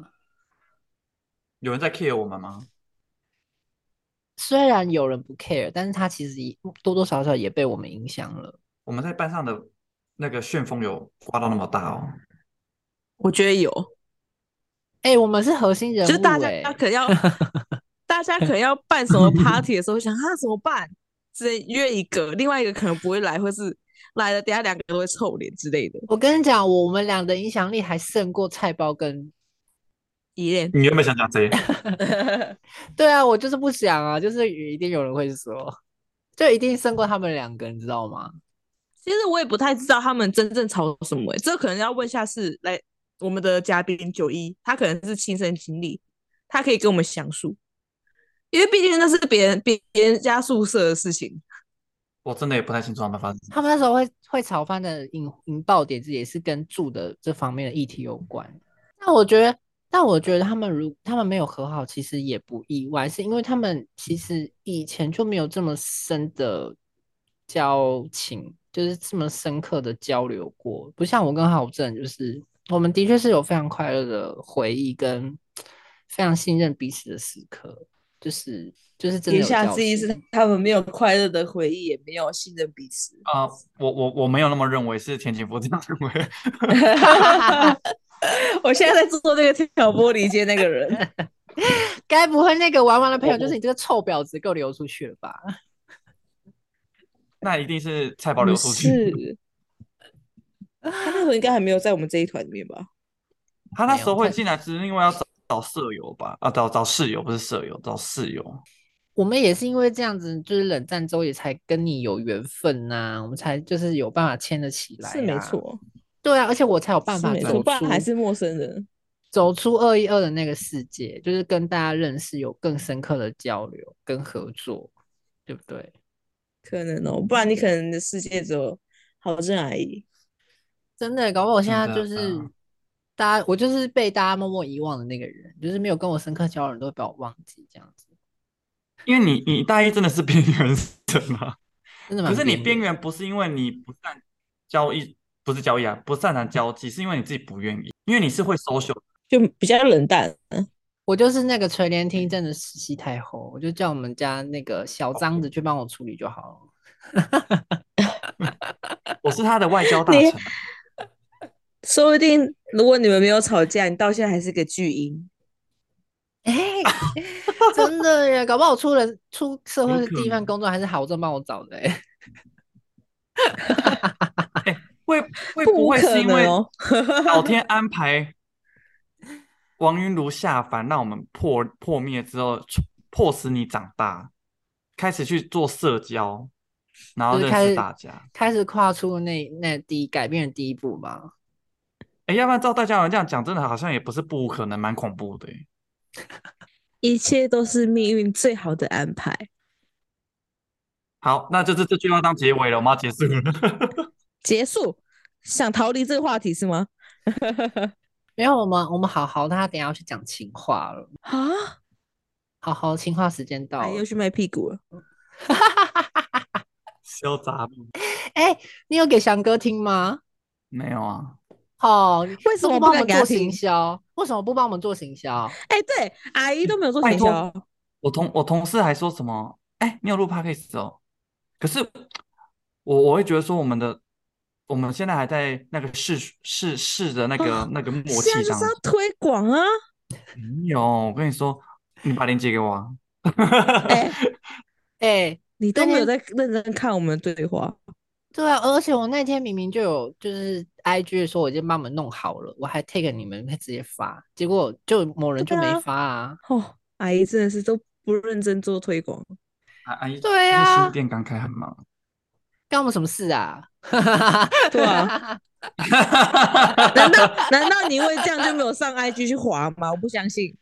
S2: 有人在 care 我们吗？
S1: 虽然有人不 care，但是他其实也多多少少也被我们影响了。
S2: 我们在班上的那个旋风有刮到那么大哦。
S3: 我觉得有，
S1: 哎、我们是核心人物、
S3: 就
S1: 哎，
S3: 是大家可能 要，大家可能要办什么 party 的时候，想啊怎么办？只能约一个，另外一个可能不会来，或是来了，等下两个都会臭脸之类的。
S1: 我跟你讲，我们俩的影响力还胜过菜包跟。
S3: 依恋，
S2: 你原本想讲谁？
S1: 对啊，我就是不想啊，就是一定有人会说，就一定胜过他们两个，你知道吗？
S3: 其实我也不太知道他们真正吵什么、欸，这可能要问下次来我们的嘉宾九一，他可能是亲身经历，他可以跟我们详述，因为毕竟那是别人别人家宿舍的事情。
S2: 我真的也不太清楚他们发生什么
S1: 他们那时候会会炒饭的引引爆点，也是跟住的这方面的议题有关。但我觉得，但我觉得他们如他们没有和好，其实也不意外，是因为他们其实以前就没有这么深的交情，就是这么深刻的交流过。不像我跟郝正，就是我们的确是有非常快乐的回忆，跟非常信任彼此的时刻，就是就是真的
S3: 言
S1: 有
S3: 下
S1: 交
S3: 之意
S1: 情
S3: 是 他们没有快乐的回忆，也没有信任彼此。
S2: 啊、我我我没有那么认为，是田景福这样认为。
S3: 我现在在做那个 挑拨离间那个人，
S1: 该不会那个玩玩的朋友就是你这个臭婊子，给我流出去了吧？
S2: 那一定是菜包
S3: 不
S2: 流出去。
S3: 是，他那时候应该还没有在我们这一团里面吧？
S2: 他那
S1: 没有
S2: 时候会
S1: 菜
S2: 进来，只是因为要找找舍友吧？啊，找找室友不是舍友，找室友。
S1: 我们也是因为这样子，就是冷战之后也才跟你有缘分呐、我们才就是有办法牵得起来、
S3: 是没，错，
S1: 对啊，而且我才有办
S3: 是
S1: 法
S3: 没
S1: 走
S3: 错，不然
S1: 出
S3: 还是陌生人。
S1: 走出二一二的那个世界，就是跟大家认识，有更深刻的交流跟合作，对不对？
S3: 可能哦，不然你可能的世界只有郝正阿姨。
S1: 真的，搞不好我现在
S2: 真的
S1: 就是
S2: 嗯
S1: 大家，我就是被大家默默遗忘的那个人，就是没有跟我深刻交流的人都会把我忘记，这样子
S2: 因为你你大一真的是边缘人啊，
S1: 真的蛮
S2: 可是你
S1: 的
S2: 边缘不是因为你不善交易，不是交易啊，不擅长交际，是因为你自己不愿意，因为你是会 social 的。
S3: 就比较冷淡，
S1: 我就是那个垂帘听政的实习太后，我就叫我们家那个小
S3: 哦
S1: 张子去帮我处理就好了。
S2: 我是他的外交大
S3: 你
S2: 臣，
S3: 说不定如果你们没有吵架，你到现在还是个巨婴。
S1: 哎、 真的耶，搞不好我出人出社会
S2: 有
S1: 的
S2: 可
S1: 第一份
S2: 能
S1: 工作还是郝正帮我找的、欸。
S2: 会会不会
S3: 可
S2: 是因
S3: 能
S2: 为
S3: 哦
S2: 老天安排王云如下凡，让我们破破灭之后，迫使你长大，开始去做社交，然后
S1: 就是
S2: 认
S1: 开
S2: 识
S1: 始
S2: 大家。
S1: 开始跨出那那第一改变的第一步吧。
S2: 哎，要不然照大家人这样讲，真的好像也不是不可能，蛮恐怖的耶。欸
S3: 一切都是命运最好的安排。
S2: 好，那就是这句话当结尾了，我们要结束了。
S3: 结束，想逃离这个话题是吗？
S1: 没有我们我们好好的，他等一下要去讲情话了。
S3: 啊，
S1: 好好，情话时间到
S3: 哎，
S1: 了
S3: 又。去卖屁股了。
S2: 潇洒不
S1: 哎、你有给翔哥听吗？
S2: 没有啊？
S1: 哦，你
S3: 为什
S1: 都
S3: 么
S1: 不帮
S3: 不
S1: 我们
S3: 敢给他
S1: 做行
S3: 听
S1: 销？为什么不帮我们做行销？
S3: 哎，对，阿姨都没有做
S2: 拜
S3: 行
S2: 托
S3: 销，哦
S2: 我同我同事还说什么？哎，你有录 podcast 哦？可是我我会觉得说，我们的我们现在还在那个试试试的那个、
S3: 啊
S2: 那个默
S3: 现在
S2: 契
S3: 就
S2: 当
S3: 是
S2: 中
S3: 要。推广啊。
S2: 没有，我跟你说，你把链接给我啊。
S3: 哎，
S1: 哎、
S3: 你都
S1: 那
S3: 没有
S1: 天
S3: 在认真看我们的对话，
S1: 对啊，而且我那天明明就有就是 IG 说我已经帮你们弄好了，我还 take 你们直接发，结果就某人就
S3: 对
S1: 没
S3: 啊
S1: 发啊。
S3: 哦，阿姨真的是都不认真做推广。
S2: 阿阿姨，
S1: 对
S2: 因为
S1: 啊
S2: 新店刚开很忙。
S1: 干我们什么事啊？
S3: 对啊，难道难道你因为这样就没有上 IG 去滑吗？我不相信。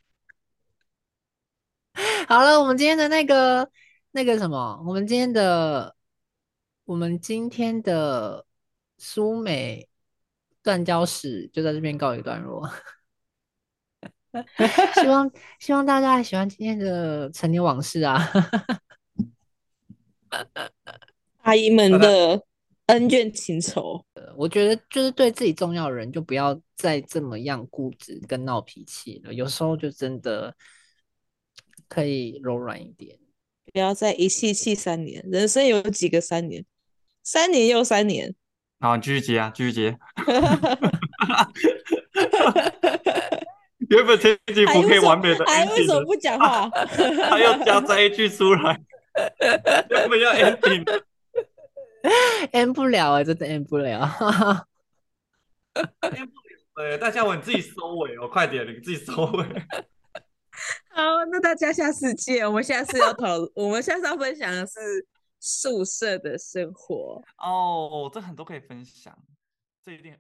S1: 好了，我们今天的那个那个什么，我们今天的我们今天的苏美断交史就在这边告一段落。 希望希望大家还喜欢今天的陈年往事啊。
S3: 阿姨们的恩怨情仇，
S1: 我觉得就是对自己重要的人，就不要再这么样固执跟闹脾气了。有时候就真的可以柔软一点。
S3: 不要再一气气三年。人生有几个三年？三年又三年。
S2: 好，你继续接啊，继续接。 原本前几
S3: 哎
S2: 不可
S3: 为
S2: 以
S3: 什么
S2: 完美的
S3: 哎，为
S2: ending
S3: 什么
S2: 的，
S3: 不讲话？
S2: 他又加在一句出 来，原本要 ending 的。
S1: end 不了哎、真的 end 不了。
S2: 对，大家我你自己收尾哦，快点，你自己收 尾。
S3: 好，那大家下次见。我们下次要讨，我们下次要分享的是宿舍的生活。
S2: 哦，这很多可以分享，这一定。